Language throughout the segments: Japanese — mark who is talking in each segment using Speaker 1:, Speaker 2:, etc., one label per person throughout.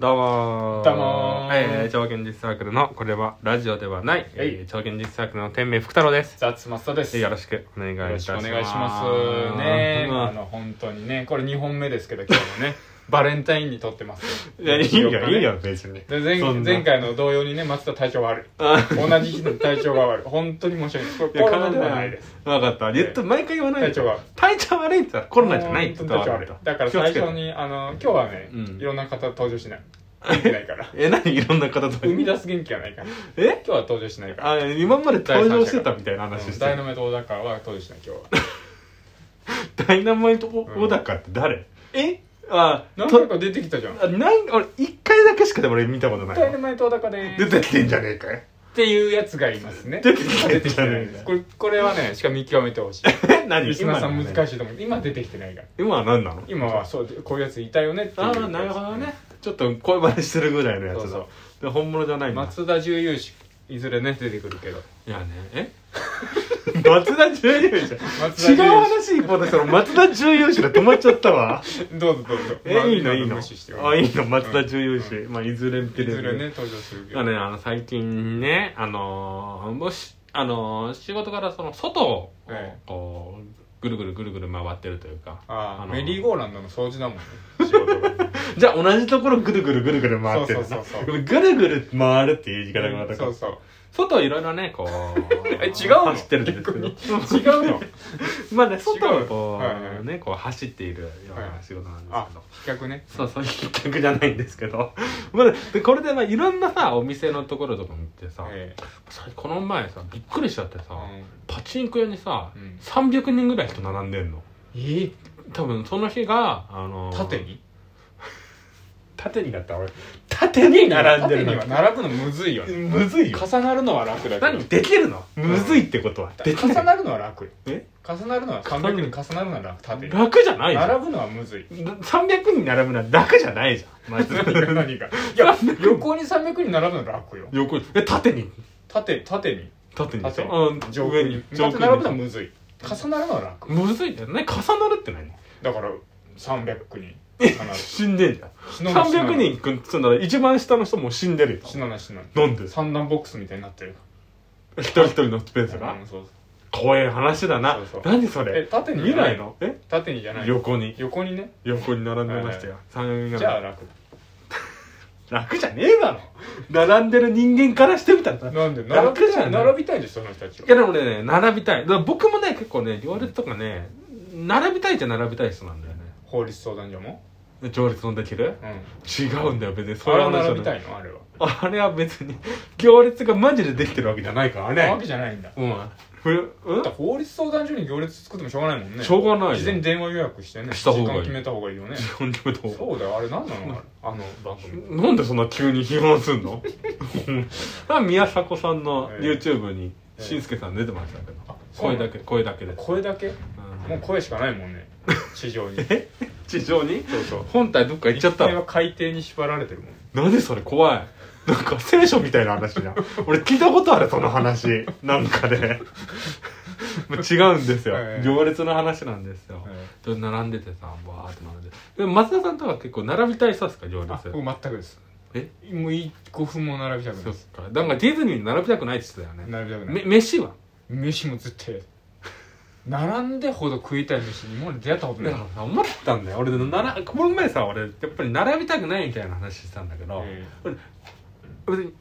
Speaker 1: どうもー
Speaker 2: どうもー
Speaker 1: えー、超現実サークルのこれはラジオではない、
Speaker 2: はい
Speaker 1: えー超現実サークルの天命福太郎です、
Speaker 2: ザッツマスターです。
Speaker 1: えーよろ
Speaker 2: よ
Speaker 1: しくお願いい
Speaker 2: ろ
Speaker 1: た
Speaker 2: し
Speaker 1: し
Speaker 2: くお
Speaker 1: ます
Speaker 2: 願いします。ね
Speaker 1: うん
Speaker 2: あの、本当にね、これ2本目ですけど、今日 もね、バレンタインに撮ってますよ。
Speaker 1: いやいいよ、
Speaker 2: ね
Speaker 1: いいよ別に
Speaker 2: で前
Speaker 1: そんな
Speaker 2: 前回の同様にね、松田体調が悪い。
Speaker 1: あ
Speaker 2: 同じ日の体調が悪い。本当に申し訳ないです。これコロナではないです。
Speaker 1: 分かった言っと毎回言わないで
Speaker 2: 体調が悪い
Speaker 1: 体調悪いって言ったらコロナじゃないって
Speaker 2: 本
Speaker 1: 言
Speaker 2: 当に
Speaker 1: った
Speaker 2: 体調
Speaker 1: ら
Speaker 2: 悪い。だから最初に、あの、今日はね
Speaker 1: うん、
Speaker 2: いろんな方登場しない。元気ない から。
Speaker 1: え何いろんな方と
Speaker 2: 生み出す元気がないから。今
Speaker 1: え
Speaker 2: 日は登場しないから。
Speaker 1: あ今まで登場してたみたいな話して
Speaker 2: ダ
Speaker 1: る
Speaker 2: イナマイトだからは登場しない、今日は。
Speaker 1: ダイナマイトお
Speaker 2: うん
Speaker 1: 小高って誰
Speaker 2: え
Speaker 1: あ
Speaker 2: 何
Speaker 1: と
Speaker 2: 回か出てきたじゃん。
Speaker 1: あない俺一回だけしかでも俺見たことない
Speaker 2: ダイ
Speaker 1: わ
Speaker 2: ナマイト高でーす。
Speaker 1: 出てきてんじゃねえかよ
Speaker 2: っていうやつがいますね
Speaker 1: 出てきてない
Speaker 2: 出てきてないですこれこれはねしか見極めてほしい
Speaker 1: え何
Speaker 2: リスナーさん
Speaker 1: 今の
Speaker 2: 難しいと思う今出てきてないから
Speaker 1: 今は何なの
Speaker 2: 今はそうでこういうやついたよねっていう
Speaker 1: ああなるほどねちょっと声真似してるぐらいのやつだ
Speaker 2: そうそう
Speaker 1: で本物じゃないんだ
Speaker 2: 松田重勇士いずれね出てくるけど
Speaker 1: いやねえ 松田重優じ
Speaker 2: 松
Speaker 1: ゃん違う話行こうとしたら松田重優氏が止まっちゃった わ
Speaker 2: どうぞどうぞ
Speaker 1: え、
Speaker 2: まあ
Speaker 1: いいのいい
Speaker 2: 今
Speaker 1: の
Speaker 2: 無視して
Speaker 1: あいいの松田
Speaker 2: うん
Speaker 1: 重優氏、まあいずれ見て
Speaker 2: い
Speaker 1: る
Speaker 2: ずれね登場するけ
Speaker 1: ま
Speaker 2: ど
Speaker 1: あねあの最近ねあのーもしあのー仕事からその外を
Speaker 2: ええ
Speaker 1: こうぐるぐるぐるぐる回ってるというか
Speaker 2: ああ
Speaker 1: の
Speaker 2: メリーゴーランドの掃除だもんね仕事が
Speaker 1: じゃあ同じところぐるぐるぐるぐる回ってる
Speaker 2: そうそうそ
Speaker 1: ぐるぐる回るっていう言い方がまた
Speaker 2: そうそう
Speaker 1: 外いろいろねこう
Speaker 2: え違うの
Speaker 1: 走ってるんですけど
Speaker 2: 違 うの
Speaker 1: まあね外をこう、
Speaker 2: はいはい
Speaker 1: ねこう走っているよう
Speaker 2: は
Speaker 1: ない仕事なんです
Speaker 2: あ
Speaker 1: けど、
Speaker 2: 企画ね
Speaker 1: そうそう一曲じゃないんですけど、 まあ、でこれでまあいろんなさお店のところとか見てさ、
Speaker 2: ええ
Speaker 1: さこの前さびっくりしちゃってさ、
Speaker 2: うん
Speaker 1: パチンコ屋にさ、
Speaker 2: うん
Speaker 1: 300人ぐらい人並んでんの
Speaker 2: え
Speaker 1: 多分その日があのー
Speaker 2: 縦に
Speaker 1: 縦にだった俺縦に並んでる
Speaker 2: 縦に
Speaker 1: の
Speaker 2: は並ぶのむずいよね
Speaker 1: むずいよ
Speaker 2: 重なるのは楽だけど
Speaker 1: 何できるのむずいってことはでき
Speaker 2: 重
Speaker 1: ない
Speaker 2: なるのは楽よ
Speaker 1: え
Speaker 2: 重なるのは300人重なるのは楽縦に
Speaker 1: 楽じゃないじゃん
Speaker 2: 並ぶのはむずい
Speaker 1: 300人並ぶのは楽じゃないじゃんまず
Speaker 2: 何が何がいや横に300人並ぶのは楽よ
Speaker 1: 横にえ縦に
Speaker 2: 縦縦に
Speaker 1: 縦にでし
Speaker 2: 縦
Speaker 1: ょ
Speaker 2: に
Speaker 1: うん
Speaker 2: 上
Speaker 1: 上
Speaker 2: 空に
Speaker 1: に
Speaker 2: 縦並ぶのは
Speaker 1: に
Speaker 2: むずい重なるのは楽
Speaker 1: むずいじゃんね重なるって何
Speaker 2: だから300人重なる
Speaker 1: 死んでんじゃん
Speaker 2: 死なない
Speaker 1: 300人くんつんだら一番下の人もう死んでるよ
Speaker 2: 死なない死なない
Speaker 1: なんで
Speaker 2: 三段ボックスみたいになってる
Speaker 1: 一人一人のスペースが
Speaker 2: うんそうそう
Speaker 1: 怖い話だな
Speaker 2: そうそう
Speaker 1: 何そ
Speaker 2: え
Speaker 1: れ
Speaker 2: 縦にじ
Speaker 1: 見
Speaker 2: ゃ
Speaker 1: ないのえ
Speaker 2: 縦にじゃない
Speaker 1: 横に
Speaker 2: 横にね
Speaker 1: 横に並んでましたよ3人
Speaker 2: じゃあ
Speaker 1: が
Speaker 2: 楽
Speaker 1: 楽じゃねえだろ並んでる人間からしてみたら さ
Speaker 2: なんで並
Speaker 1: 楽
Speaker 2: び
Speaker 1: じ
Speaker 2: た
Speaker 1: ゃ
Speaker 2: い
Speaker 1: ん
Speaker 2: 並びたいんですその人たちはい
Speaker 1: やでも俺ね並びたいだから僕もね結構ね行列とかね並びたいじゃ並びたい人なんだよね
Speaker 2: 法律相談所も
Speaker 1: 行列のできる
Speaker 2: うん
Speaker 1: 違うんだよ別に
Speaker 2: あれは
Speaker 1: 話じゃ
Speaker 2: 並びた
Speaker 1: ない
Speaker 2: いのあれは
Speaker 1: あれは別に行列がマジでできてるわけじゃないから
Speaker 2: わけ
Speaker 1: ね
Speaker 2: じゃないんだ
Speaker 1: うんふうん
Speaker 2: だって法律相談所に行列作ってもしょうがないもんね
Speaker 1: しょうがないよ
Speaker 2: 事前に電話予約してね
Speaker 1: した方がいい
Speaker 2: 時間決めた方がいいよね
Speaker 1: 日本でもどう
Speaker 2: そうだよあれ何なのあれあの番組
Speaker 1: なんでそんな急に批判すん のうん宮迫さんの
Speaker 2: ええ
Speaker 1: YouTube に
Speaker 2: ええ
Speaker 1: しんすけさん出てましたけど
Speaker 2: あそう
Speaker 1: 声
Speaker 2: なの
Speaker 1: だけ声だけです
Speaker 2: 声だけ
Speaker 1: うん
Speaker 2: もう声しかないもん ね地上に
Speaker 1: 地上に
Speaker 2: そうそう
Speaker 1: 本体どっか行っちゃった
Speaker 2: 一定は海底に縛られてるもん
Speaker 1: 何それ怖いなんか聖書みたいな話じゃん俺聞いたことあるその話なんかでもう違うんですよ、
Speaker 2: ええ
Speaker 1: 行列の話なんですよ、で並んでてさわーって並んででも松田さんとか結構並びたい人ですか行列
Speaker 2: あ僕全くです
Speaker 1: え
Speaker 2: もうい5分も並びたくな
Speaker 1: そ
Speaker 2: い
Speaker 1: っかだからディズニーに並びたくないって言ってたよね
Speaker 2: 並びたくな
Speaker 1: め
Speaker 2: い
Speaker 1: 飯は
Speaker 2: 飯も絶対並んでほど食いたい飯に今まで出会ったことな
Speaker 1: だ
Speaker 2: い
Speaker 1: からさ思ったんだよ俺ならこの前さ俺やっぱり並びたくないみたいな話してたんだけど、
Speaker 2: ええ
Speaker 1: 別に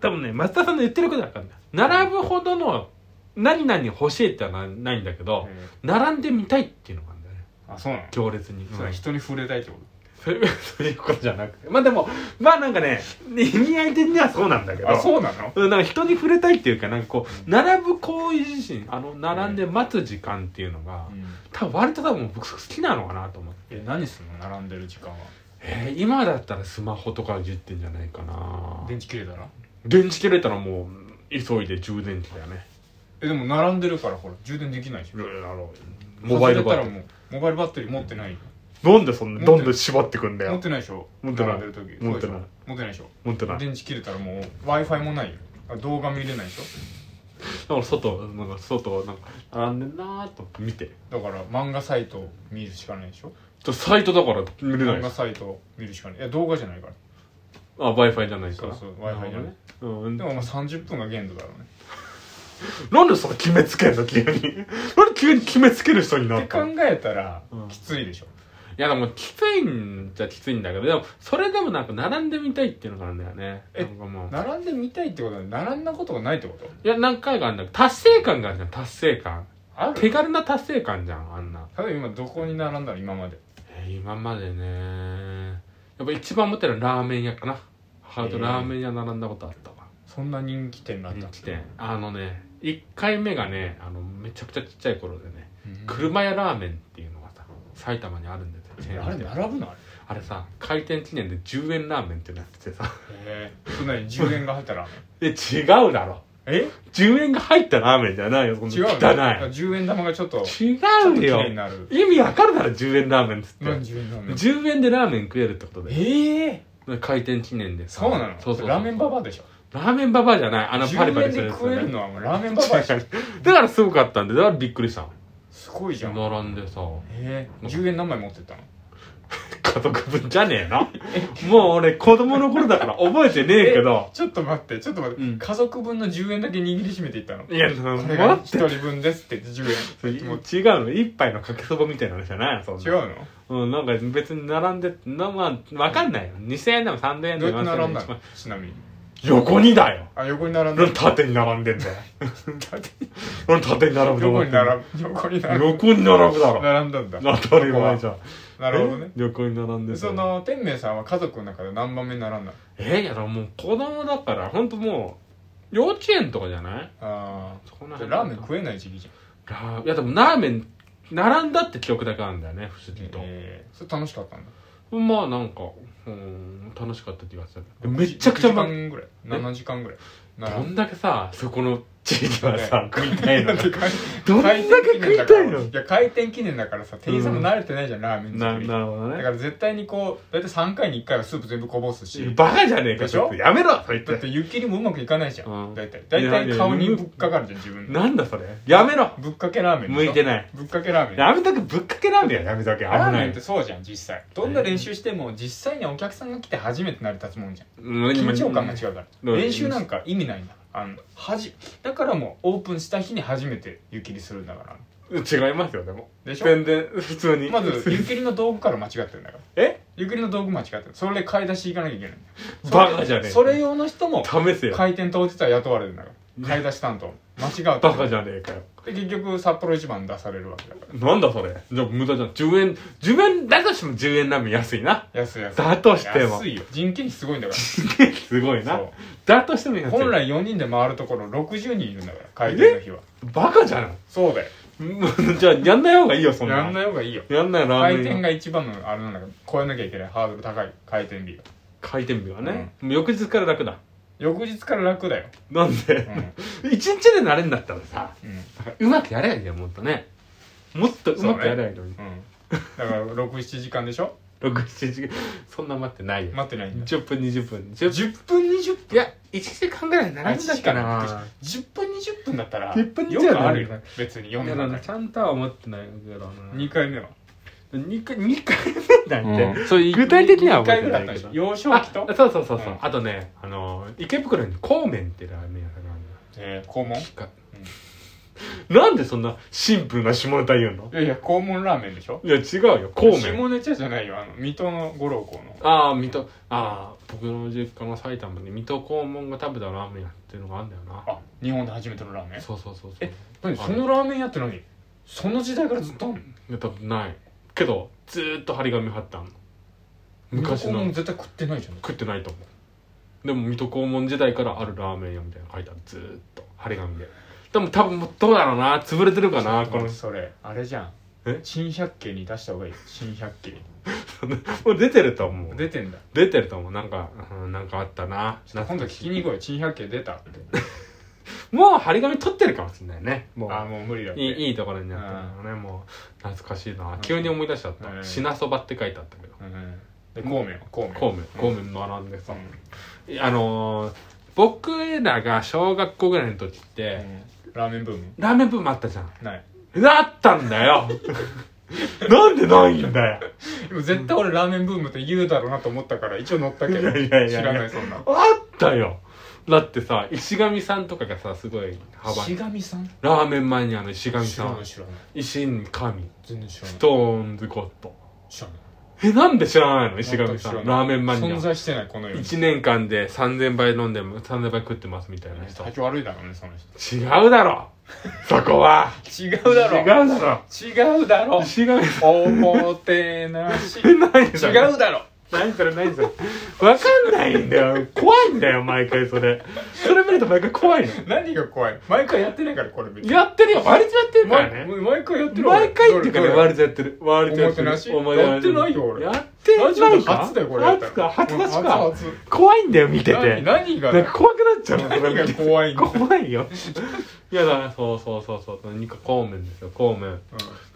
Speaker 1: 多分ね松田さんの言ってることだからね並ぶほどの何々欲しいってのはないんだけど、
Speaker 2: え
Speaker 1: 並んでみたいっていうのがあるんだよね
Speaker 2: えあそうなの
Speaker 1: 行列に、うん
Speaker 2: それは人に触れたいってこと
Speaker 1: そういうそういうことじゃなくてまあでもまあなんかね意味合い的にはそうなんだけど
Speaker 2: あそうなの
Speaker 1: うんなんか人に触れたいっていうかなんかこう並ぶ行為自身あの並んで待つ時間っていうのが、多分割と多分僕好きなのかなと思って
Speaker 2: え何すんの並んでる時間は
Speaker 1: えー今だったらスマホとかいじってんじゃないかな
Speaker 2: 電池切れたら
Speaker 1: 電池切れたらもう急いで充電器だよね
Speaker 2: えでも並んでるからほら充電できないでしょ
Speaker 1: モバイルバッテ
Speaker 2: 外れたらもうモバイルバッテリー持ってないよ
Speaker 1: リーなんでそんな
Speaker 2: 持って
Speaker 1: どんどん縛ってくんだ
Speaker 2: 持っ
Speaker 1: よ
Speaker 2: てないでしょ
Speaker 1: 持ってない
Speaker 2: 並んでる時
Speaker 1: 持ってない
Speaker 2: そうでしょ持ってないでしょ
Speaker 1: 持ってないだか
Speaker 2: 電池切れたらもう w i f i もないよあ動画見れないでしょ
Speaker 1: ら外なんか外なんか並んでんなーと思って見てちょ
Speaker 2: だから漫画サイト見るしかないでしょ
Speaker 1: っとサイトだから見れな
Speaker 2: 漫
Speaker 1: い
Speaker 2: 画サイト見るしかないいや動画じゃないから
Speaker 1: あ w i f i じゃないか
Speaker 2: そう
Speaker 1: ら
Speaker 2: そう w
Speaker 1: な
Speaker 2: i
Speaker 1: るほ
Speaker 2: f i じゃ
Speaker 1: ど
Speaker 2: ない
Speaker 1: ねうん
Speaker 2: でもまあ30分が限度だろうね
Speaker 1: なんでそれ決めつけんの急に なんで急に決めつける人にな
Speaker 2: って
Speaker 1: っ
Speaker 2: 考
Speaker 1: たのい
Speaker 2: えたら
Speaker 1: うん
Speaker 2: きついでしょ
Speaker 1: やでもきついんじゃきついんだけどでもそれでもなんか並んでみたいっていうのがあるんだよね
Speaker 2: え
Speaker 1: なんかもう
Speaker 2: 並んでみたいってことは並んだことがないってこと
Speaker 1: いや何回かあるんだけど達成感があるじゃん達成感
Speaker 2: ある
Speaker 1: 手軽な達成感じゃんあんな
Speaker 2: 例えば今どこに並んだの今まで
Speaker 1: えー今までねやっぱ一番思ってるのはラーメン屋かな母と
Speaker 2: えー
Speaker 1: ラーメン屋並んだことあったわ
Speaker 2: そんな人気店だった
Speaker 1: 人気店あのね1回目がねあのめちゃくちゃちっちゃい頃でね
Speaker 2: うん
Speaker 1: 車屋ラーメンっていうのがさ埼玉にあるんだよチェーン
Speaker 2: あれ
Speaker 1: 店
Speaker 2: 並ぶのあれ
Speaker 1: あれさ開店記念で10円ラーメンってなっててさ
Speaker 2: ええそんなに10円が入ったら
Speaker 1: え違うだろ
Speaker 2: え
Speaker 1: 10円が入ったラーメンじゃないよそんな
Speaker 2: 違うの
Speaker 1: 汚
Speaker 2: 10円玉がちょっとち
Speaker 1: い
Speaker 2: ょっと
Speaker 1: 違う
Speaker 2: 綺
Speaker 1: よ
Speaker 2: 麗になる
Speaker 1: 意味わかるだろ10円ラーメンっつって
Speaker 2: 何10円玉
Speaker 1: 10円でラーメン食えるってことで
Speaker 2: ええ
Speaker 1: 開店記念でさ
Speaker 2: そうなの
Speaker 1: そうそうそう
Speaker 2: ラーメンババアでしょ
Speaker 1: ラーメンババアじゃないあのパリパリ
Speaker 2: 10円
Speaker 1: する
Speaker 2: で
Speaker 1: やつ
Speaker 2: 食えるのはもうラーメンババアでしょ
Speaker 1: だからすごかったんでだからびっくりしたの
Speaker 2: すごいじゃん
Speaker 1: 並んでさ
Speaker 2: ええ10円何枚持ってったの
Speaker 1: 家族分じゃ ねえなもう俺子供の頃だから覚えてねえけど
Speaker 2: ちょっと待ってちょっと待って、
Speaker 1: うん
Speaker 2: 家族分の10円だけ握りしめていったの こ
Speaker 1: いや待
Speaker 2: れが
Speaker 1: っ
Speaker 2: 1
Speaker 1: て
Speaker 2: 人分ですって言って10円もう
Speaker 1: 違うの一杯のかけそばみたいなのじゃないのそんな
Speaker 2: 違うの
Speaker 1: うん、なんか別に並んでなまあわかんないよ2000円でも3000円
Speaker 2: どう
Speaker 1: で
Speaker 2: や
Speaker 1: も
Speaker 2: って並んだ
Speaker 1: 4000円で
Speaker 2: の
Speaker 1: も
Speaker 2: ちなみに
Speaker 1: 横にだよ
Speaker 2: あ横に並んだ
Speaker 1: なんで縦に並んでん だよなんで縦に並ぶと思
Speaker 2: 横
Speaker 1: っ
Speaker 2: に
Speaker 1: て
Speaker 2: 並ぶ横に並 ぶ
Speaker 1: 横に並ぶだろ
Speaker 2: 並んだんだ
Speaker 1: 当たり前じゃん
Speaker 2: なるほどね
Speaker 1: え横に並んで
Speaker 2: で
Speaker 1: て
Speaker 2: その天明さんは家族の中で何番目に並んだの
Speaker 1: えやだもう子供だから本当もう幼稚園とかじゃない
Speaker 2: あ
Speaker 1: そこ
Speaker 2: あ
Speaker 1: ら
Speaker 2: じゃ
Speaker 1: 辺
Speaker 2: あラーメン食えない時期じ
Speaker 1: ラーいやでもラーメン並んだって記憶だけあるんだよね不思
Speaker 2: ゃん
Speaker 1: 議と、
Speaker 2: ええそれ楽しかったんだ
Speaker 1: まあなんかうん楽しかったって言われてたけどめちゃくちゃ
Speaker 2: 6時
Speaker 1: ま
Speaker 2: 間ぐらい7時間ぐらい
Speaker 1: ど
Speaker 2: 並ん
Speaker 1: んだけさそこの地域はさ
Speaker 2: ね
Speaker 1: 食いた いの
Speaker 2: だ
Speaker 1: か
Speaker 2: ってか
Speaker 1: どんだけ食いたいの
Speaker 2: いや開店記念だからさ店員さんも慣れてないじゃん、ラーメン作
Speaker 1: な
Speaker 2: り
Speaker 1: なるほど
Speaker 2: だ
Speaker 1: ね
Speaker 2: から絶対にこう大体3回に1回はスープ全部こぼすしだ
Speaker 1: バカじゃねえか
Speaker 2: でし
Speaker 1: ち
Speaker 2: ょ
Speaker 1: ょっとやめろそれ言
Speaker 2: っ
Speaker 1: ってて
Speaker 2: 湯切りもうまくいかないじゃ
Speaker 1: うんん
Speaker 2: 大体大
Speaker 1: いやい
Speaker 2: 体
Speaker 1: や
Speaker 2: 顔にぶっかかるじゃん自分
Speaker 1: なんだそれやめろ
Speaker 2: ぶっかけラーメンでしょ
Speaker 1: 向いてない
Speaker 2: ぶっかけラーメンラ
Speaker 1: やめとけぶっかけラーメンはやめとけ危
Speaker 2: ー
Speaker 1: な
Speaker 2: メン
Speaker 1: い
Speaker 2: ってそうじゃん実際どんな練習しても実際にお客さんが来て初めて成り立つもんじゃん緊
Speaker 1: 緊
Speaker 2: 張感が違うから
Speaker 1: うん
Speaker 2: 練習なんか意味ないんだあのはじだからもうオープンした日に初めて湯切りするんだから
Speaker 1: 違いますよでも
Speaker 2: でし ょ
Speaker 1: 全然普通に
Speaker 2: まず湯切りの道具から間違ってるんだから
Speaker 1: え
Speaker 2: 湯切りの道具間違ってるそれで買い出し行かなきゃいけないんだよ
Speaker 1: バカじゃねえ
Speaker 2: それ用の人も
Speaker 1: 試せよ
Speaker 2: 開店当日は雇われるんだから買い出し担当間違う
Speaker 1: バカ
Speaker 2: と
Speaker 1: じゃねえかよ
Speaker 2: で結局札幌一番出されるわけだか
Speaker 1: なんだそれじゃあ無駄じゃん10円10円だとしても10円ラーメン安いな
Speaker 2: ら安い安い
Speaker 1: だとしても
Speaker 2: 安いよ人件費すごいんだか
Speaker 1: すごい
Speaker 2: ら
Speaker 1: な
Speaker 2: そう
Speaker 1: だとしても安い
Speaker 2: 本来4人で回るところ60人いるんだから開店の日は
Speaker 1: バカじゃん
Speaker 2: そうだよ
Speaker 1: うんじゃあやんない方がいいよそんな
Speaker 2: やんない方がいいよ
Speaker 1: やんないラーメン
Speaker 2: 開店が一番のあれなんだから超えなきゃいけないハードル高い開店日が
Speaker 1: 回転日はね、もう翌日から楽だ
Speaker 2: 翌日から 楽だよ
Speaker 1: なん
Speaker 2: う
Speaker 1: で、
Speaker 2: ん
Speaker 1: 一日で慣れんだったらさ
Speaker 2: うん
Speaker 1: うまくやればいいよもっとねもっとうまくやればいいのに、
Speaker 2: うんだから67時間でしょ
Speaker 1: 67時間そんな待ってないよ、
Speaker 2: 待ってないんだ
Speaker 1: 10分20分10
Speaker 2: 10分20分
Speaker 1: いや1時間ぐらい並んだっけ
Speaker 2: あ
Speaker 1: な
Speaker 2: 10分20分だったら
Speaker 1: 10分20
Speaker 2: よ
Speaker 1: 分
Speaker 2: くあるよ別に世
Speaker 1: いや
Speaker 2: の
Speaker 1: でも
Speaker 2: 中
Speaker 1: ねちゃんとは思ってないけどな
Speaker 2: 2回目は
Speaker 1: 2回二回目なんて、
Speaker 2: うんそれ
Speaker 1: 具体的には
Speaker 2: 2
Speaker 1: 覚え
Speaker 2: 回
Speaker 1: て
Speaker 2: ぐら
Speaker 1: ないい
Speaker 2: だ
Speaker 1: けど
Speaker 2: ったでしょ幼少
Speaker 1: あ
Speaker 2: 期
Speaker 1: そう
Speaker 2: と
Speaker 1: そうそうそう、
Speaker 2: うん
Speaker 1: あとねあの池袋に孔麺ってラーメン屋さんがあるんだ
Speaker 2: えー肛門
Speaker 1: かなんでそんなシンプルな下ネタ言うの
Speaker 2: いやいや肛門ラーメンでしょ
Speaker 1: いや違うよ孔麺
Speaker 2: 下ネタじゃないよあの水戸の五郎公の
Speaker 1: ああ水戸ああ僕の実家の埼玉に水戸黄門が食べたラーメン屋っていうのがあるんだよな
Speaker 2: あ日本で初めてのラーメン
Speaker 1: そうそうそうそう
Speaker 2: え何そのラーメン屋って何その時代からずっとあんの
Speaker 1: いや多分ないけどずーっと張り紙貼ってあんの昔
Speaker 2: 水戸黄
Speaker 1: の
Speaker 2: 門絶対食ってないじゃん
Speaker 1: 食ってないと思うでも水戸黄門時代からあるラーメン屋みたいなの書いてあるずーっと張り紙ででも多分もうどうだろうな潰れてるかなこのも
Speaker 2: それあれじゃん
Speaker 1: え
Speaker 2: 新百景に出した方がいい新百景
Speaker 1: う出てると思う
Speaker 2: 出てんだ
Speaker 1: 出てると思うなんか、うん、なんかあったな
Speaker 2: ちょっと今度聞きに行こうよ珍百景出たって
Speaker 1: もう張り紙取ってるかもしれないねもう
Speaker 2: あもう無理だって
Speaker 1: いいいいところになってるのねもう懐かしいな急に思い出しちゃっ
Speaker 2: う
Speaker 1: た「
Speaker 2: ん
Speaker 1: 品そば」って書いてあったけど
Speaker 2: うんで孔明は孔明
Speaker 1: 孔明孔明並んでさ
Speaker 2: うん
Speaker 1: あのー僕らが小学校ぐらいの時って
Speaker 2: ラーメンブーム
Speaker 1: ラーメンブームあったじゃん
Speaker 2: ない
Speaker 1: あったんだよ なんでないんだよ
Speaker 2: でも絶対俺ラーメンブームって言うだろうなと思ったから一応乗ったけど
Speaker 1: いやいやいやいや
Speaker 2: 知らないそんな
Speaker 1: あったよだってさ石神さんとかがさすごい幅
Speaker 2: しがみさん
Speaker 1: ラーメン前にあの石神
Speaker 2: 知
Speaker 1: さ
Speaker 2: らなんい知らない
Speaker 1: 石神神
Speaker 2: 全然知らな
Speaker 1: ス
Speaker 2: い
Speaker 1: トーンズゴッド
Speaker 2: 知らない
Speaker 1: えなんで知らないの石神さん
Speaker 2: 全く知らな
Speaker 1: ラ
Speaker 2: い
Speaker 1: ーメンマニ
Speaker 2: 存
Speaker 1: ア
Speaker 2: 在してないこの世に
Speaker 1: 1年間で3000杯飲んでも3000杯食ってますみたいな人
Speaker 2: 先悪いだろうねその
Speaker 1: 違うだろそこは
Speaker 2: 人違
Speaker 1: 違
Speaker 2: うだろ
Speaker 1: 違うだろ
Speaker 2: 違うだろ
Speaker 1: 石神さん
Speaker 2: おもてなし違
Speaker 1: え何それ
Speaker 2: うだろ
Speaker 1: 何それ何それわかんないんだよ怖いんだよ毎回それそれ見ると毎回怖いの
Speaker 2: 何が怖い毎回やってないからこれ別に
Speaker 1: やってるよ割とやってるからね
Speaker 2: 毎毎回やってる
Speaker 1: 毎回っていうかね、割
Speaker 2: っ
Speaker 1: とやってる。割とやってる。
Speaker 2: おもてなし
Speaker 1: おもて
Speaker 2: やってないよ俺
Speaker 1: やってない
Speaker 2: ラジオで
Speaker 1: か
Speaker 2: 初だよこれやった
Speaker 1: 初か、初出しか。
Speaker 2: 初初
Speaker 1: 怖いんだよ、見てて。
Speaker 2: 何
Speaker 1: なん
Speaker 2: 何が
Speaker 1: か怖くなっちゃうの、それ
Speaker 2: 何
Speaker 1: 見
Speaker 2: が
Speaker 1: てて
Speaker 2: 怖いの
Speaker 1: 怖いよ。いやだね、そうそうそうそう。ニカ公務ですよ、公務。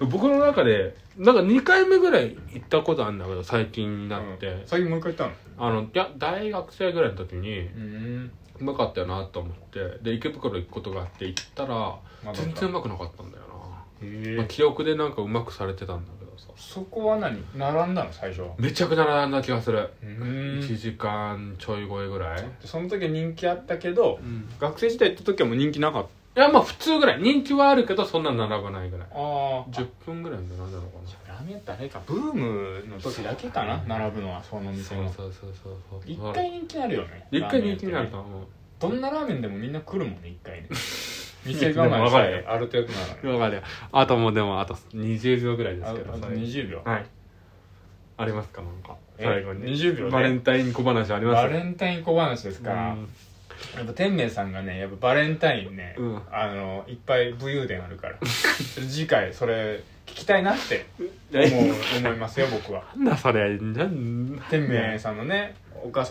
Speaker 1: 僕の中で、なんか2回目ぐらい行ったことあるんだけど、最近になって。
Speaker 2: うん最近もう一回行っ
Speaker 1: あの、いや、大学生ぐらいの時に、
Speaker 2: たのうん
Speaker 1: うまかったよなと思って、で、池袋行くことがあって行ったら、全然うまくなかったんだよな。まあ、記憶でなんかうまくされてたんだけどさ。
Speaker 2: そこは何並んだの最初は
Speaker 1: めちゃくちゃ並んだ気がする、
Speaker 2: う
Speaker 1: 1
Speaker 2: ん
Speaker 1: 時間ちょい超えぐらい、
Speaker 2: その時人気あったけど
Speaker 1: うん、
Speaker 2: 学生時代行った時はもう人気なかっ
Speaker 1: いやまあ普通ぐらい人気はあるけどそんな並ばないぐらい
Speaker 2: たあ
Speaker 1: 10分ぐらいで並んだのかな
Speaker 2: ラーメン屋誰かブームの時だけかな並ぶのはその
Speaker 1: そ
Speaker 2: 店
Speaker 1: う
Speaker 2: の
Speaker 1: そうそうそうそう
Speaker 2: 一回人気あるよね
Speaker 1: 一回人気になると
Speaker 2: ラーメン屋ってね
Speaker 1: 思う
Speaker 2: どんなラーメンでもみんな来るもんね一 回ね店構え
Speaker 1: わか
Speaker 2: さ
Speaker 1: る
Speaker 2: えある程度ならね
Speaker 1: 分かるよあともうでもあと20秒ぐらいで
Speaker 2: あ
Speaker 1: す
Speaker 2: あ
Speaker 1: け
Speaker 2: と
Speaker 1: ど
Speaker 2: 20秒
Speaker 1: はいありますかなんか
Speaker 2: え
Speaker 1: 最後に
Speaker 2: 20秒で
Speaker 1: バレンタイン小話あります
Speaker 2: バレンタイン小話ですから
Speaker 1: うん
Speaker 2: やっぱ天明さんがねやっぱバレンタインね
Speaker 1: うん
Speaker 2: あのいっぱい武勇伝あるから 次回それ聞きたいなって 思う思いますよ僕は
Speaker 1: なんだそれなん
Speaker 2: 天明さんのねお母さん